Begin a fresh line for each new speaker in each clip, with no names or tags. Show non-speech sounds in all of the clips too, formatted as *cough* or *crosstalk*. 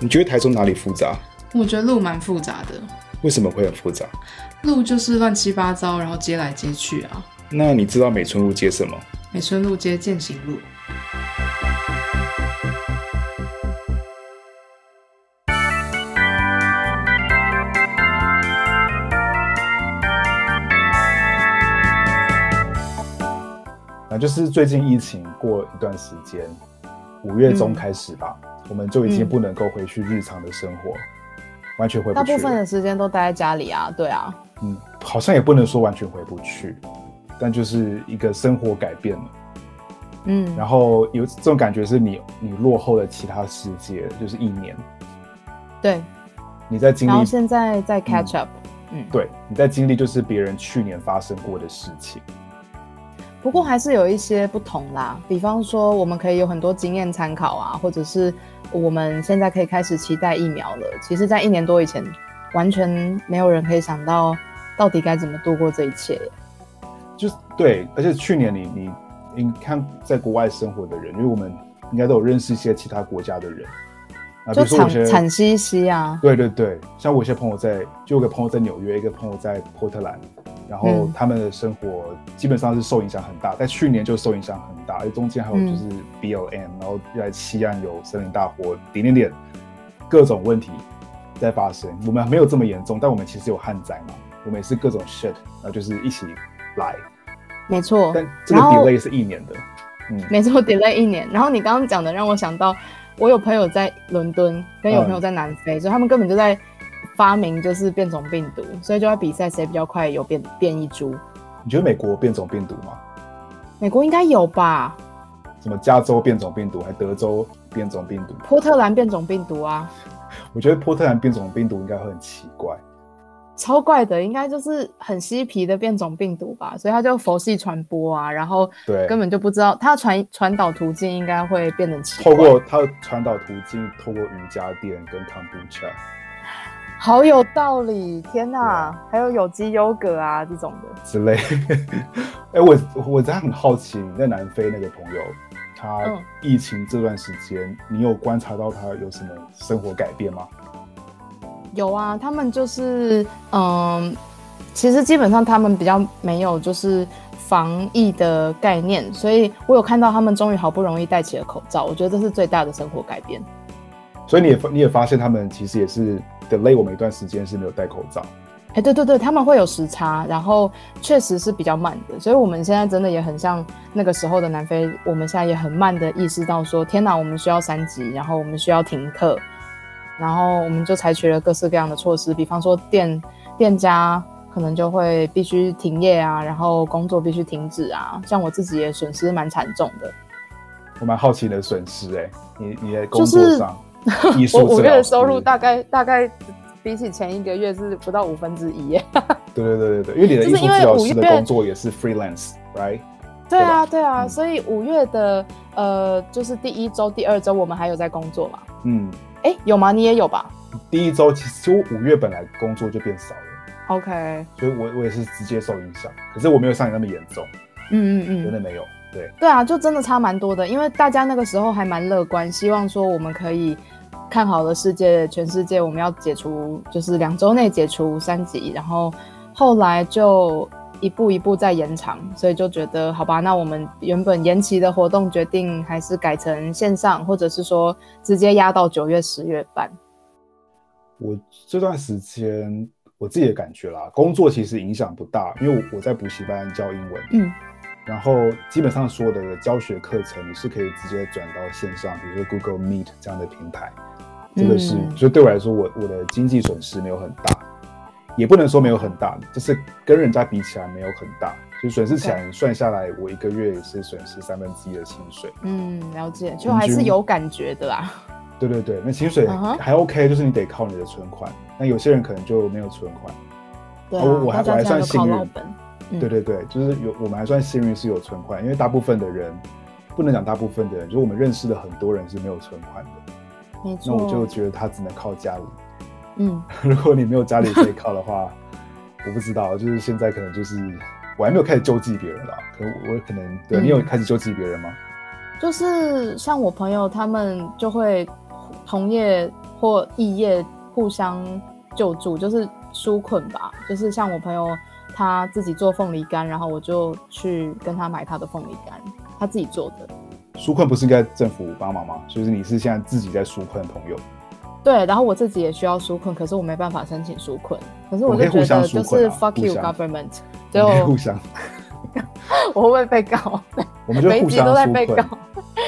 你觉得台中哪里复杂？
我觉得路蛮复杂的，
为什么会很复杂？
路就是乱七八糟，然后接来接去啊。
那你知道美村路接什么？
美村路接践行路，
那就是最近疫情过一段时间，五月中
嗯
开始吧，我们就已经
嗯
不能够回去日常的生活，完全回
大
不
部
去
分
了。
的时间都待在家里啊，对啊，
嗯，好像也不能说完全回不去，但就是一个生活改变了。
嗯，
然后有这种感觉是你你落后了其他世界，就是一年
对，
你在经
然后
历，
现在在 catch up，嗯，
对，你在经历就是别人去年发生过的事情。
不过还是有一些不同啦，比方说我们可以有很多经验参考啊，或者是我们现在可以开始期待疫苗了。其实，在一年多以前，完全没有人可以想到到底该怎么度过这一切。
啊就是对，而且去年你你你看在国外生活的人，因为我们应该都有认识一些其他国家的人，啊，比
就
如说我
惨
有
惨
些，
兮兮啊，
对对对，像我有些朋友在，就有个朋友在纽约，一个朋友在波特兰，然后
嗯
他们的生活基本上是受影响很大，在去年就受影响很大，而中间还有就是
嗯
BLM，、然后在西岸有森林大火，点点点各种问题在发生。我们没有这么严重，但我们其实有旱灾嘛，我们也是各种 shit，然后就是一起来。
没错。
但这个
然后
delay 是一年的，嗯，
没错，delay 一年。然后你刚刚讲的让我想到，我有朋友在伦敦，跟有朋友在南非，所以他们根本就在发明就是变种病毒，所以就要比赛谁比较快有变变异株。
你觉得美国变种病毒吗？
美国应该有吧？
什么加州变种病毒，还德州变种病毒？
波特兰变种病毒啊，
我觉得波特兰变种病毒应该会很奇怪。
超怪的，应该就是很嬉皮的变种病毒吧，所以它就佛系传播啊，然后
对，
根本就不知道它的传传导途径应该会变得奇怪。
透过它的传导途径，透过瑜伽垫跟 kombucha，
好有道理，天哪
Yeah
还有有机优格啊这种的，
之类。哎、我我真的很好奇，你在南非那个朋友，他
嗯
疫情这段时间，你有观察到他有什么生活改变吗？
有啊，他们就是嗯，其实基本上他们比较没有就是防疫的概念，所以我有看到他们终于好不容易戴起了口罩，我觉得这是最大的生活改变。
所以你也发你也发现他们其实也是 delay 我们一段时间是没有戴口罩。
哎，对对对，他们会有时差，然后确实是比较慢的，所以我们现在真的也很像那个时候的南非，我们现在也很慢的意识到说，天哪，我们需要三级，然后我们需要停课，然后我们就采取了各式各样的措施，比方说店店家可能就会必须停业啊，然后工作必须停止啊，像我自己也损失蛮惨重的，
我蛮好奇你的损失哎、你你的工
就
作
是
上，艺术
*laughs* 我五
治
月
疗
的
师
收入大概大概比起前一个月是不到五分之一耶。
对对对对对，因为你的
就
艺
是
术治
因为
疗
五
师的
月
工作也是 freelance，right？
对啊，对
嗯
啊，所以五月的呃，就是第一周、第二周我们还有在工作嘛？
嗯，
哎，有吗？你也有吧
第一周其实我五月本来工作就变少了，
？OK，嗯
所以我我也是直接受影响，可是我没有像你那么严重，
嗯
真
嗯，
的没有。对，
对啊，就真的差蛮多的，因为大家那个时候还蛮乐观，希望说我们可以看好了世界，全世界我们要解除，就是两周内解除三级，然后后来就一步一步在延长，所以就觉得好吧，那我们原本延期的活动决定还是改成线上，或者是说直接压到九月、十月办。
我这段时间我自己的感觉啦，工作其实影响不大，因为我我在补习班教英文，
嗯，
然后基本上所有的教学课程你是可以直接转到线上，比如说 Google Meet 这样的平台。这个是，
嗯
所以对我来说，我我的经济损失没有很大，也不能说没有很大，就是跟人家比起来没有很大，就损失起来算下来，我一个月也是损失三分之一的薪水。
嗯，了解，就
平
还是
均
有感觉的啦。
对对对，那薪水
嗯哼
还 OK，就是你得靠你的存款。那有些人可能就没有存款，
*laughs* 对啊，
哦我我还
大
我还
家现
算
在都
幸
靠
运
老本。嗯
对对对，就是有我们还算幸运是有存款，因为大部分的人不能讲大部分的人，就是我们认识的很多人是没有存款的。
没
那
错。
我就觉得他只能靠家里。 *laughs*
嗯，
如果你没有家里可以靠的话， *laughs* 我不知道，就是现在可能就是我还没有开始救济别人啦，可我我可能对、你有
嗯
开始救济别人吗？
就是像我朋友他们就会同业或异业互相救助，就是纾困吧。就是像我朋友他自己做凤梨干，然后我就去跟他买他的凤梨干，他自己做的。
纾困不是应该政府帮忙吗？就是你是现在自己在纾困朋友，
对，然后我自己也需要纾困，可是我没办法申请纾困。可是我
我可以
就觉
互相
得
纾
就
困
是
啊
fuck
互
you
相
government，
我
就
们可以 *laughs* 互相，
我会不会被告？
我们就
每一
互
集
相
都在
纾
被
困
告。。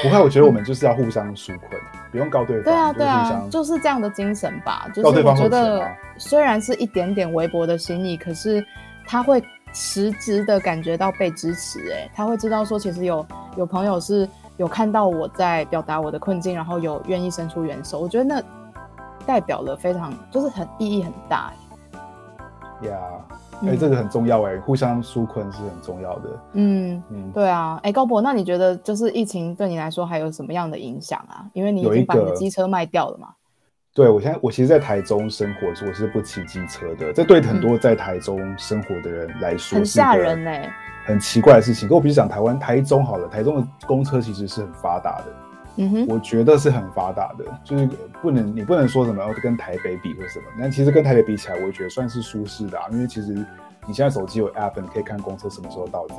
不会，我觉得我们就是要互相纾困，不用告对方，
对啊，
就
对
是互
啊
相，
就是这样的精神吧。就
告
是
对
我
方啊会
觉
有钱
得
吗
虽然是一点点微薄的心意，可是他会实质的感觉到被支持、欸。他会知道说，其实有有朋友是有看到我在表达我的困境，然后有愿意伸出援手。我觉得那代表了非常，就是很意义很大、欸。
呀，
嗯
哎、这个很重要哎、互相纾困是很重要的。
嗯，
嗯，
对啊。哎、高博，那你觉得就是疫情对你来说还有什么样的影响啊？因为你已
有一
经把你的
个
机车卖掉了嘛。
对我现在我其实，在台中生活，我是不骑机车的。这对很多在台中生活的人来说
很
是一
吓
个
人欸
很奇怪的事情。跟我必须讲台湾台中好了，台中的公车其实是很发达的，
嗯哼，
我觉得是很发达的，就是不能你不能说什么、哦、跟台北比或什么，但其实跟台北比起来，我觉得算是舒适的、啊，因为其实你现在手机有 app，你可以看公车什么时候到站。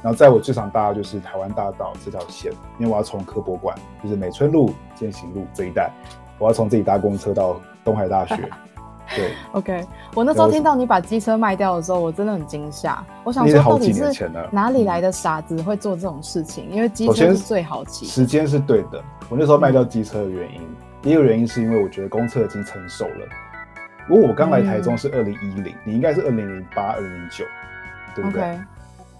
然后在我最常搭的就是台湾大道这条线，因为我要从科博馆，就是美村路、践行路这一带，我要从这里搭公车到东海
*laughs*
大学。对，
OK，我那时候
了解
听到你把机车卖掉的时候，我真的很惊吓。我想
那
说，
是好
到底
几年
是
前了
哪里来的傻子会做这种事情？因为机
首
车
先
是最好嗯骑。
时间嗯是对的。我那时候卖掉机车的原因，也有原因是因为我觉得公车已经成熟了。如果我刚来台中
嗯
是二零一零，你应该是二零零八、二零零九，对不对
OK，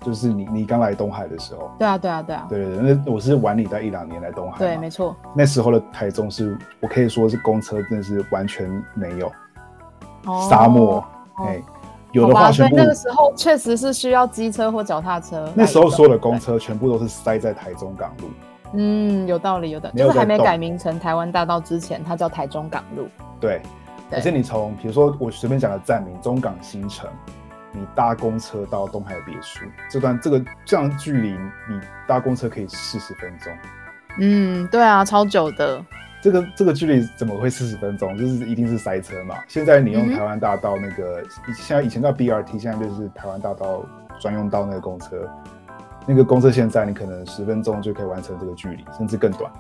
就是你你刚来东海的时候，
对啊，对啊，对啊，
对啊对对，那我是晚你在一两年来东海嘛，
对，没错。
那时候的台中是我可以说是公车真的是完全没有、
哦
沙漠，
哦
哎、有的
好吧
话全部
所以那个时候确实是需要机车或脚踏车。
那时候所有的公
对，
车全部都是塞在台中港路，
嗯，有道理，有道理，
没
就
有
是还没
在动
改名成台湾大道之前，它叫台中港路。
对，
对
可是你从比如说我随便讲的站名中港新城，你搭公车到东海别墅这段这个这样的距离，你搭公车可以四十分钟，
嗯，对啊，超久的。
这个这个距离怎么会四十分钟？就是一定是塞车嘛。现在你
嗯
用
哼
台湾大道那个，现在以前叫 BRT，现在就是台湾大道专用道那个公车，那个公车现在你可能十分钟就可以完成这个距离，甚至更短。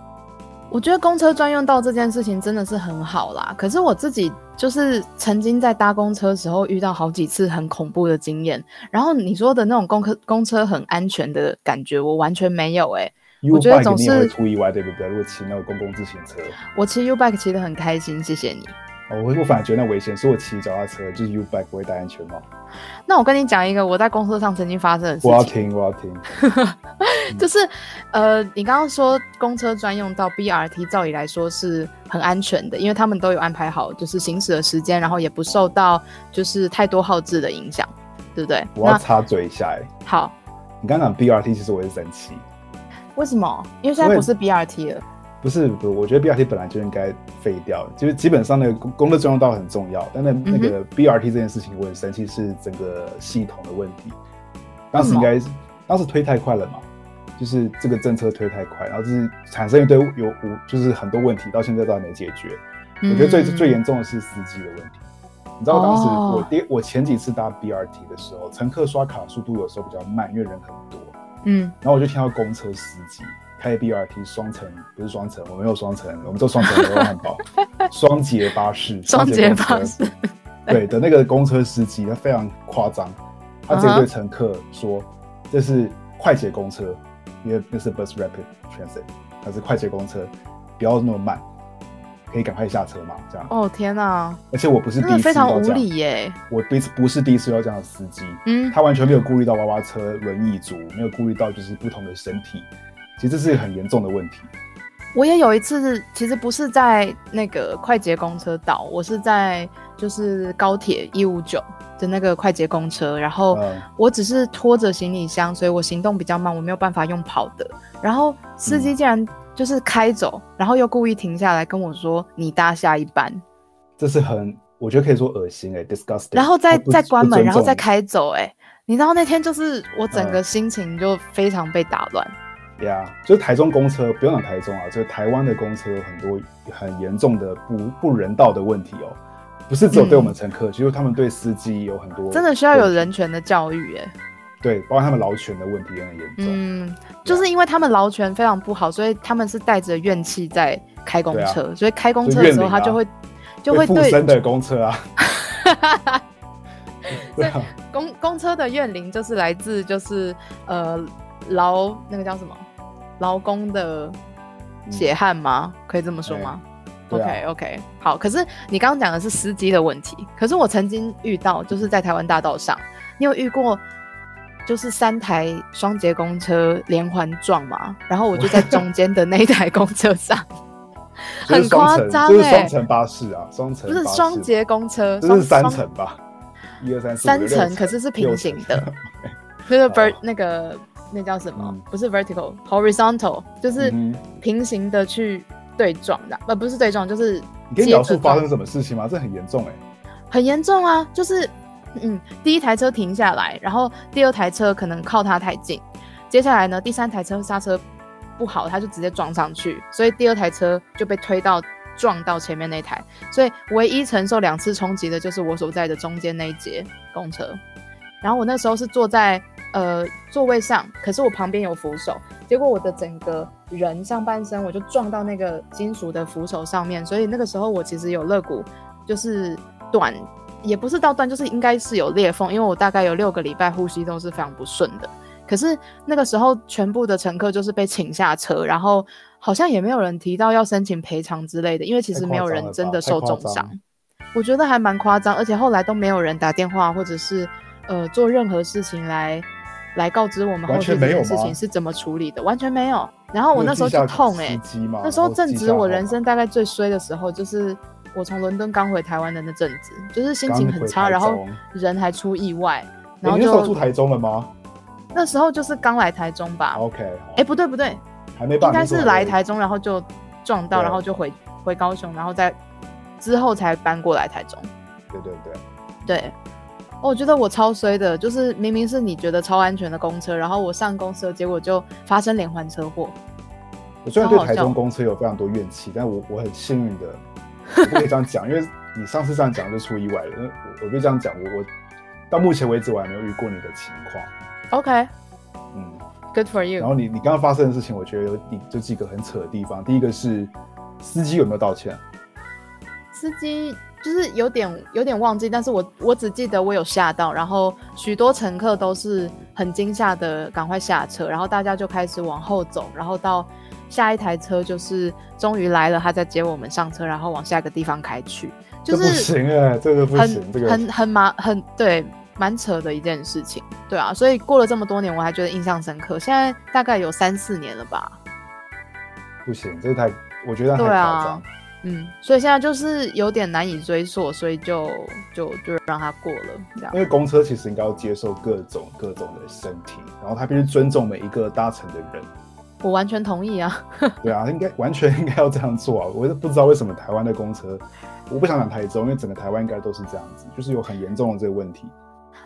我觉得公车专用道这件事情真的是很好啦，可是我自己就是曾经在搭公车时候遇到好几次很恐怖的经验，然后你说的那种公车公车很安全的感觉，我完全没有诶、欸
U
我觉得
bike
总
你也会
是
出意外，对不对？如果骑那个公共自行车，
我骑 U bike 骑得很开心，谢谢你。
哦我我反而觉得那危险，所以我骑脚踏车就是 U bike 不会戴安全帽。
那我跟你讲一个我在公车上曾经发生的事
我要
情，
听，我要听。
就是，呃，你刚刚说公车专用道 BRT，照理来说是很安全的，因为他们都有安排好就是行驶的时间，然后也不受到就是太多耗资的影响，对不对？
我要
那
插嘴一下、欸，
好，
你刚刚讲 BRT，其实我也是生气。
为什么？因为现在
因为
不是 BRT 了。
不是，不是，我觉得 BRT 本来就应该废掉，就是基本上那个公公车专用道很重要，但那那个 BRT 这件事情我很生气，是整个系统的问题。当时应该是当时推太快了嘛，就是这个政策推太快，然后就是产生一堆有无就是很多问题，到现在都还没解决。我觉得最
嗯
最严重的是司机的问题。你知道当时
哦
我第我前几次搭 BRT 的时候，乘客刷卡速度有时候比较慢，因为人很多。
嗯，
然后我就听到公车司机开 BRT 双层，不是双层，我没有双层，我们做双层牛肉汉
*laughs*
堡，双节巴士，
双节巴
公车
士，
对的那个公车司机，他非常夸张，
啊
他直接对乘客说这是快捷公车，因为那是 bus rapid transit，它是快捷公车，不要那么慢，可以赶快下车嘛，这样。
哦天哪，
而且我不是
真
第一
的
次
非
遇
常
到
无
这
理
样，
耶。
我不不是第一次遇到这样的司机，
嗯，
他完全没有顾虑到娃娃车、轮椅族，没有顾虑到就是不同的身体，其实这是一个很严重的问题。
我也有一次，其实不是在那个快捷公车道，我是在就是高铁一五九的那个快捷公车，然后
嗯
我只是拖着行李箱，所以我行动比较慢，我没有办法用跑的。然后司
嗯
机竟然就是开走，然后又故意停下来跟我说：“你搭下一班。”
这是很，我觉得可以说恶心哎、欸、，disgusting。
然后再
他不
再关门，
不尊重
然后再开走、欸。哎，你知道那天就是我整个
嗯
心情就非常被打乱。
呀就是台中公车，不用讲台中啊，就是台湾的公车有很多很严重的不不人道的问题哦，不是只有对我们乘客，就是他们对司机有很多
嗯真的需要有
问题
人权的教育、欸，哎，
对，啊包括他们劳权的问题也很严重。
嗯，就是因为他们劳权非常不好，所以他们是带着怨气在开公
啊
车，所以开公车的时候他就会就会
会啊附
对
身的公车啊，对啊，
公公车的怨灵就是来自就是呃劳那个叫什么劳工的血汗吗？可以这么说吗、
嗯对
o
啊
k OK，好。可是你刚刚讲的是司机的问题，可是我曾经遇到就是在台湾大道上，你有遇过就是三台双节公车连环撞吗？然后我就在中间的那一台公
*laughs*
车上，
就是
很夸
双层
张
就是
欸
双层巴士啊，双层
不是
巴士
双节公车，
这是
双
三层吧？一二三四五
三
六
层，可是是平
六
行
层
的，就是
好
vert 那个那叫什么？
嗯
不是 vertical，horizontal，就是
嗯哼
平行的去对撞的，呃，不是对撞，就是
你可以
接
描
着
述发
撞
生，什么事情吗？这很严重哎、
很严重啊，就是嗯，第一台车停下来，然后第二台车可能靠它太近，接下来呢，第三台车刹车不好，它就直接撞上去，所以第二台车就被推到。撞到前面那台，所以唯一承受两次冲击的就是我所在的中间那一节公车。然后我那时候是坐在呃座位上，可是我旁边有扶手，结果我的整个人上半身我就撞到那个金属的扶手上面，所以那个时候我其实有肋骨就是断，也不是到断，就是应该是有裂缝，因为我大概有六个礼拜呼吸都是非常不顺的。可是那个时候，全部的乘客就是被请下车，然后好像也没有人提到要申请赔偿之类的，因为其实
太
没有
夸张
人
了
真
吧
的
太
受
夸
重
张
伤。我觉得还蛮夸张，而且后来都没有人打电话或者是呃做任何事情来来告知我们
完
后续
全
这
没有
件事情
吗
是怎么处理的，完全没有。然后我
你有
那时候
记下
就痛哎、
司机吗
那时候正值我人，
然
生大概最衰的时候，就是我从伦敦刚回台湾的那阵子，就是心
后记下号码
情很
刚回台
差，然后
中
人还出意外，
哎
然后
你那时候住
就
台中了吗
那时候就是刚来台中吧，
？OK，
哎、不对不对，
还没
应
办法，
该是来台
中，
中，然后就撞到，
对
然后就回回高雄，然后再之后才搬过来台中。
对对对，
对，哦我觉得我超衰的，就是明明是你觉得超安全的公车，然后我上公车，结果就发生连环车祸。
我虽然对台
超好
中
笑
公车有非常多怨气，但我我很幸运的，我不可以这样讲，因为你上次这样讲就出意外了。因为我我被这样讲，我我到目前为止我还没有遇过你的情况，
OK，good、
嗯。
for
然
you。
后你你刚刚发生的事情，我觉得有你就几个很扯的地方。第一个是司机有没有道歉？
司机就是有点有点忘记，但是我我只记得我有吓到，然后许多乘客都是很惊吓的，赶快下车，然后大家就开始往后走，然后到下一台车就是终于来了，他在接我们上车，然后往下一个地方开去，就
这不
是
行哎、这个不行，
很
这个
很很麻很对，蛮扯的一件事情，对啊，所以过了这么多年，我还觉得印象深刻。现在大概有三四年了吧，
不行，这太我觉得太
对
夸张
啊。，嗯，所以现在就是有点难以追溯，所以就就就让它过了这样
因。为公车其实应该要接受各种各种的身体，然后他必须尊重每一个搭乘的人。
我完全同意啊， *laughs*
对啊，应该完全应该要这样做啊！我也不知道为什么台湾的公车，我不想讲台中，因为整个台湾应该都是这样子，就是有很严重的这个问题。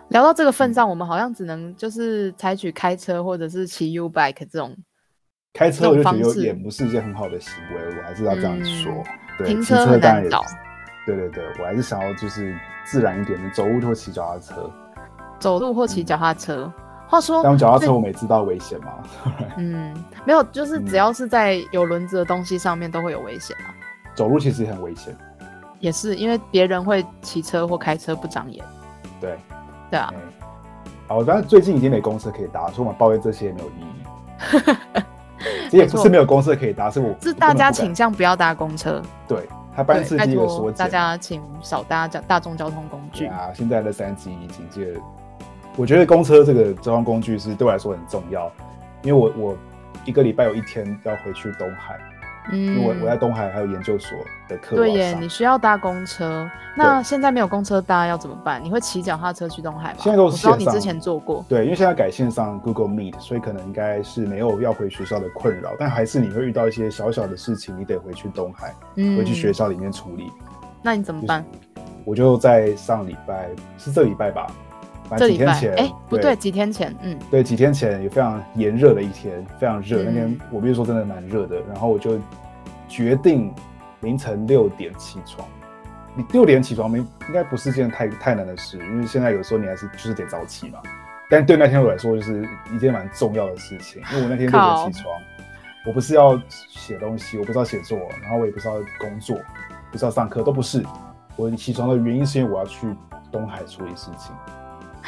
聊到这个份上，我们好像只能就是采取开车或者是骑 U bike 这种
开车我就觉得
这种
有
方式
也不是一件很好的行为，我还是要这样说。
嗯
对，
停
骑
车
车
很
当然也
难
是
找，，
对对对，我还是想要就是自然一点的走路或骑脚踏车。
哦走路或骑脚踏车。话说，
但脚踏车
最
我们也知道危险嘛，
嗯，没有，就是只
嗯
要是在有轮子的东西上面都会有危险啊。
走路其实也很危险。
也是因为别人会骑车或开车不长眼，
对，
对啊，
好，但是最近已经没公车可以搭，所以我们抱怨这些也没有意义。
*laughs*
这也
没
不
错
是没有公车可以搭，是我
是大家
我根
请
本
向不要搭公车，
不敢对，它
对，
班次
拜
第一个缩
托
减，
大家请少搭交大众交通工具
对。啊，现在的三级警戒，我觉得公车这个交通工具是对我来说很重要，因为我我一个礼拜有一天要回去东海，因为我我在
嗯，
东海还有研究所的课我
对
要
耶，
上
你需要搭公车，那现在没有公车搭要怎么办？你会骑脚踏车去东海吗？
现在都
我
是
知道你
线上
之前做过，
对，因为现在改线上 Google Meet，所以可能应该是没有要回学校的困扰，但还是你会遇到一些小小的事情，你得回去东海，
嗯，
回去学，校里面处理。
那你怎么办？
我就在上礼拜是这礼拜吧，反
这
正几
礼
天
拜
前，
哎不对，几天前，嗯
对，几天前也非常炎热的一天，非常热。
嗯
那天我必须说真的蛮热的，然后我就决定凌晨六点起床。你六点起床没应该不是件太太难的事，因为现在有时候你还是就是得早起嘛。但对那天我来说，就是一件蛮重要的事情，因为我那天六
靠
点起床，我不是要写东西，我不是要写作，然后我也不是要工作，不是要上课，都不是。我起床的原因是因为我要去东海处理事情。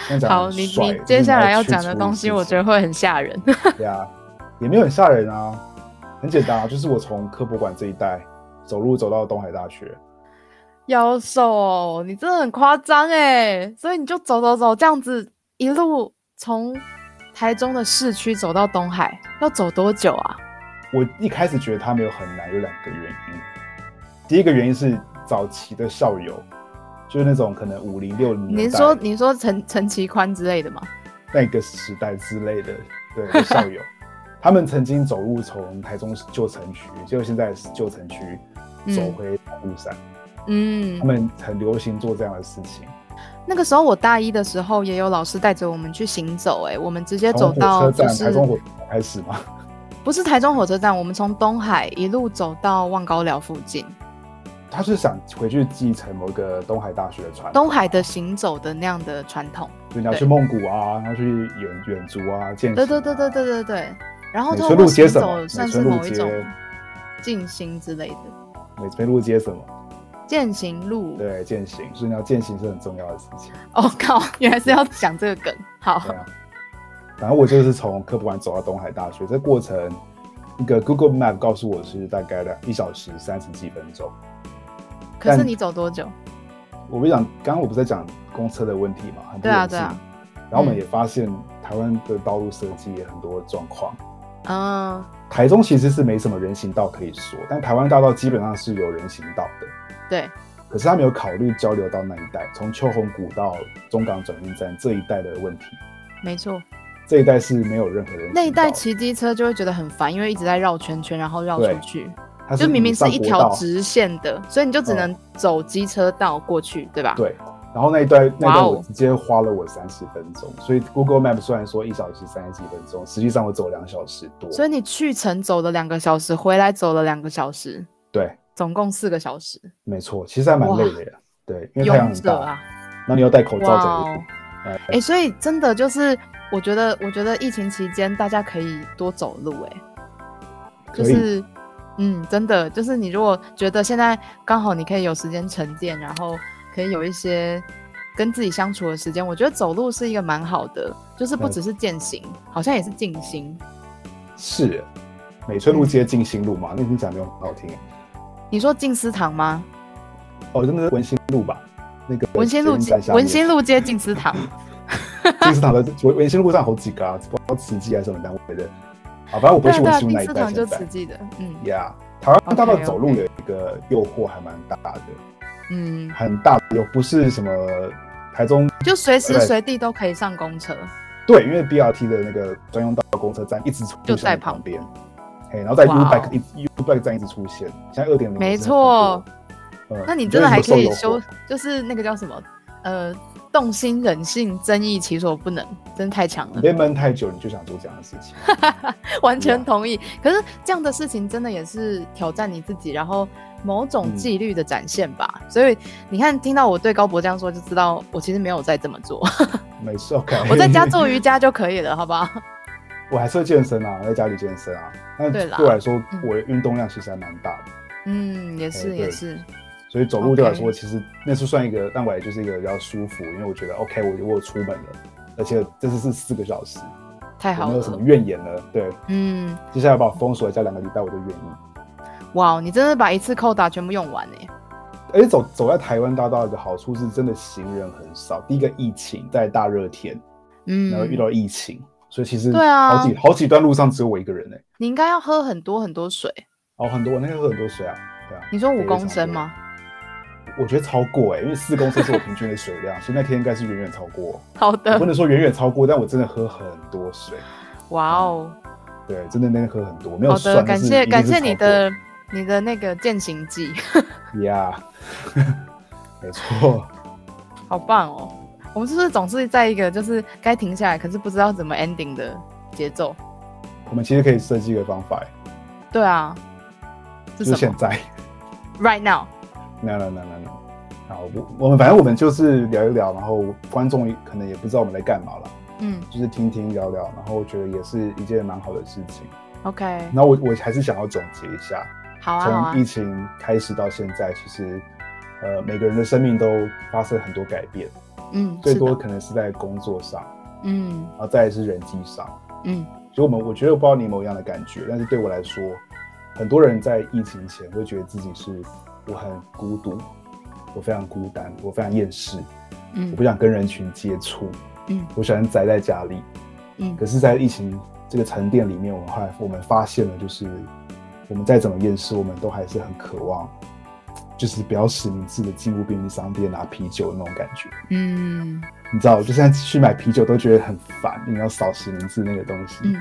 这样讲
好，
很
你
帅
你
就是
接下来
要
要
去
讲
处
的
理
东
事
西，我
情
觉得会很吓人。
*laughs* 对啊，也没有很吓人啊，很简单啊，就是我从科博馆这一带走路走到东海大学，
妖兽，你真的很夸张哎！所以你就走走走，这样子一路从台中的市区走到东海，要走多久啊？
我一开始觉得它没有很难，有两个原因。第一个原因是早期的校友，就是那种可能五零六零
你
年
是
代
说你说陈陈其宽之类的吗？
那个时代之类的，对的校友，他们曾经走路从台中旧城区，就现在是旧城区走
嗯
回乌山，
嗯
他，们很流行做这样的事情，
那个时候我大一的时候也有老师带着我们去行走、欸，哎，我们直接走
从
到
火车
就
站、
是
台中火车站开始嘛。
不是台中火车站，我们从东海一路走到望高寮附近，
*laughs* 他是想回去继承某一个东海大学的传统，
东海的行走的那样的传统。
就你要去蒙古啊，要去远远足啊，见习
对
啊
对对对对对对。然后
美
透
村
过
路街什
行
么
走算
美
是
村路
某一
街
种静心之类的
美美路街什么，
践行路。
对，践行，所以你要践行是很重要的事情。
哦靠，原来是要讲这个梗。好，
对啊，然后我就是从科普馆走到东海大学，这过程一个 Google Map 告诉我是大概两一小时三十几分钟。
可是
但
你走多久？
我不是讲，刚刚我不是在讲公车的问题嘛，很不
对啊
人
对
性。
啊
然后我们
嗯
也发现台湾的道路设计也很多状况。
嗯，
台中其实是没什么人行道可以说，但台湾大道基本上是有人行道的，
对，
可是他没有考虑交流到那一带，从秋红谷到中港转运站这一带的问题，
没错。
这一带是没有任何人行道的
那一带骑机车就会觉得很烦，因为一直在绕圈圈，然后绕
对
出去，
它
就明明是一
上
条
国道，
直线的，所以你就只
嗯
能走机车道过去，对吧？
对，然后那一段那一
哇
段
哦
我直接花了我三十分钟，所以 Google Map 虽然说一小时三十几分钟，实际上我走两小时多，
所以你去程走了两个小时，回来走了两个小时，
对，
总共四个小时。
没错，其实还蛮累的耶，对，因为太阳
勇
很
者
大，
啊，
那你要戴口罩
哇
走
哦
路，！哎
哎、所以真的就是，我觉得，我觉得疫情期间大家可以多走路、欸，就
可以。
是，嗯，真的，就是你如果觉得现在刚好你可以有时间沉淀，然后可以有一些跟自己相处的时间，我觉得走路是一个蛮好的，就是不
嗯
只是践行，好像也是静心。
是美村路街静心路嘛？那你讲的很好听耶
你说静思堂吗？
哦，真的是文心路吧？那个
文心
捷
路
运站下面
文心路街静思堂，
静思堂的 *laughs* 文文心路上好几个啊，不知道慈济还是什么单位的。啊，反正我不
对
会
啊
去文心路
对啊，静
那一
思
带
堂就
现
慈
在。
济的，嗯
Yeah，台湾大道
OK，OK
走路有一个诱惑还蛮大的，
嗯，
很大的又不是什么台中
就随时
对
随地都可以上公车，
对，因为 BRT 的那个专用道公车站一直出现
就在
在
旁
旁边，嘿，然后在 U
哇哦
Bike 一 U Bike 站一直出现，现在二点零
没错。
嗯
那你真的还可以
修
修，，就是那个叫什么，呃，动心忍性，增益其所不能，真太强
你
了，
被闷太久，你就想做这样的事情。
*laughs* 完全
对啊
同意。可是这样的事情真的也是挑战你自己，然后某种
嗯
纪律的展现吧。所以你看，听到我对高博这样说，就知道我其实没有在这么
*laughs*
做，
没事，OK。
我在家，做瑜伽就可以了，好不好？ *laughs*
我还是会健身啊，我在家里健身啊。但
对
对
啦
我来说
嗯，
我的运动量其实还蛮大的，
嗯，也是
哎对
也是，
所以走路对我来
OK
说，其实那是算一个让我也就是一个比较舒服，因为我觉得 OK，我我有出门了，而且这次是四个小时，
太
我
好
没有什么
了。
怨言了。对，
嗯，
接下来把我封锁一下两个礼拜，我就愿意。
哇，哦你真的把一次扣打全部用完哎。
而且走走在台湾大道的好处是，真的行人很少。第一个疫情在大热天，然后遇
嗯，
到疫情，所以其实
对啊
好几好几段路上只有我一个人哎、
你应该要喝很多很多水。
哦，很多我那天喝很多水啊，对啊。
你说五
非常
公升
多
吗？
我觉得超过哎、因为四公升是我平均的水量， *laughs* 所以那天应该是远远超过。
好
我
的
不，能说远远超过，但我真的喝很多水。
哇哦。
对，真的那天喝很多，没有
好
算
的，。感
但是
谢
一定
感
是
谢你
超过
的你的那个践行记，
*laughs* 呀，没错。
好棒哦！我们是不是总是在一个就是该停下来，可是不知道怎么 ending 的节奏？
我们其实可以设计一个方法，
对啊，
就是是
什
现
么
在。
？Right now，
no no no no no。然后我我们反正我们就是聊一聊，然后观众可能也不知道我们在干嘛了，
嗯
就是听听聊聊，然后我觉得也是一件蛮好的事情。
，OK，
然后我我还是想要总结一下，
好啊，好
从疫
啊，
情开始到现在，其实呃每个人的生命都发生很多改变，
嗯，
最
是的
多可能是在工作上，
嗯
然后再来是人际上。
嗯
所以我们我觉得我不知道你有没有一样的感觉，但是对我来说，很多人在疫情前会觉得自己是我很孤独，我非常孤单，我非常厌世，我
嗯
不想跟人群接触，
嗯
我喜欢宅在家里。
嗯
可是，在疫情这个沉淀里面，我们后来我们发现了，就是我们再怎么厌世，我们都还是很渴望，就是不要实名制的进入便利商店拿啤酒的那种感觉。
嗯
你知道，我就现在去买啤酒都觉得很烦，你要扫实名制那个东西，
嗯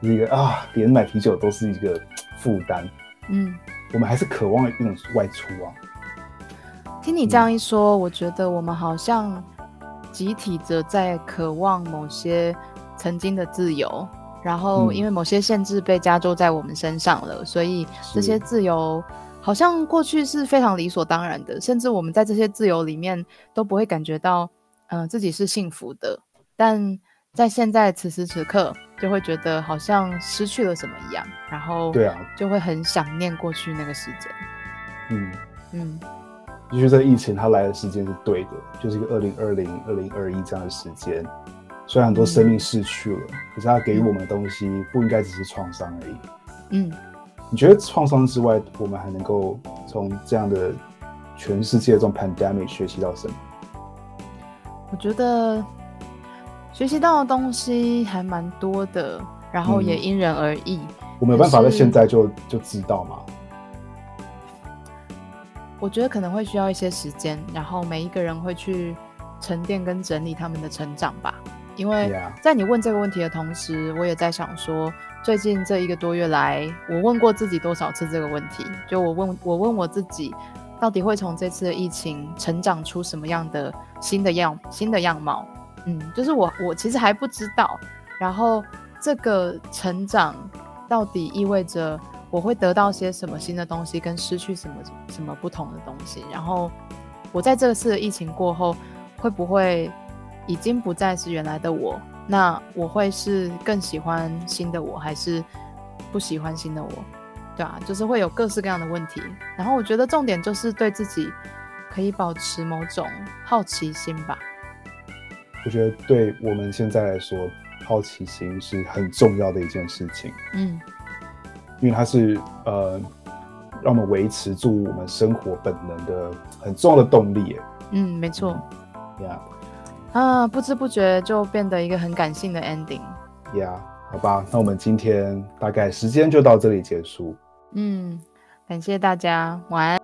那个啊，连买啤酒都是一个负担。
嗯。
我们还是渴望一种外出啊，
听你这样一说，我觉得我们好像集体的在渴望某些曾经的自由，然后
嗯
因为某些限制被加注在我们身上了，所以这些
是
自由好像过去是非常理所当然的，甚至我们在这些自由里面都不会感觉到，嗯、自己是幸福的。但在现在此时此刻，就会觉得好像失去了什么一样，然后
对啊，
就会很想念过去那个时间。
嗯，
嗯
也许这个疫情它来的时间是对的，就是一个二零二零、二零二一这样的时间。虽然很多生命逝去了，可是它给予我们的东西不应该只是创伤而已。
嗯
你觉得创伤之外，我们还能够从这样的全世界这种 pandemic 学习到什么？
我觉得学习到的东西还蛮多的，然后也
嗯
因人而异。
我们有办法在
就是
现在就就知道吗？
我觉得可能会需要一些时间，然后每一个人会去沉淀跟整理他们的成长吧。因为
Yeah
在你问这个问题的同时，我也在想说，最近这一个多月来，我问过自己多少次这个问题？就我问，我问我自己，到底会从这次的疫情成长出什么样的新的样新的样貌？嗯，就是我我其实还不知道，然后这个成长到底意味着我会得到些什么新的东西，跟失去什么什么不同的东西。然后我在这次的疫情过后，会不会已经不再是原来的我？那我会是更喜欢新的我，还是不喜欢新的我？对啊，就是会有各式各样的问题。然后我觉得重点就是对自己可以保持某种好奇心吧。
我觉得对我们现在来说，好奇心是很重要的一件事情，
嗯
因为它是呃，让我们维持住我们生活本能的很重要的动力耶。
嗯，没错。
Yeah,
啊，不知不觉就变得一个很感性的 ending。
yeah，好吧，那我们今天大概时间就到这里结束。
嗯，感谢大家，晚安。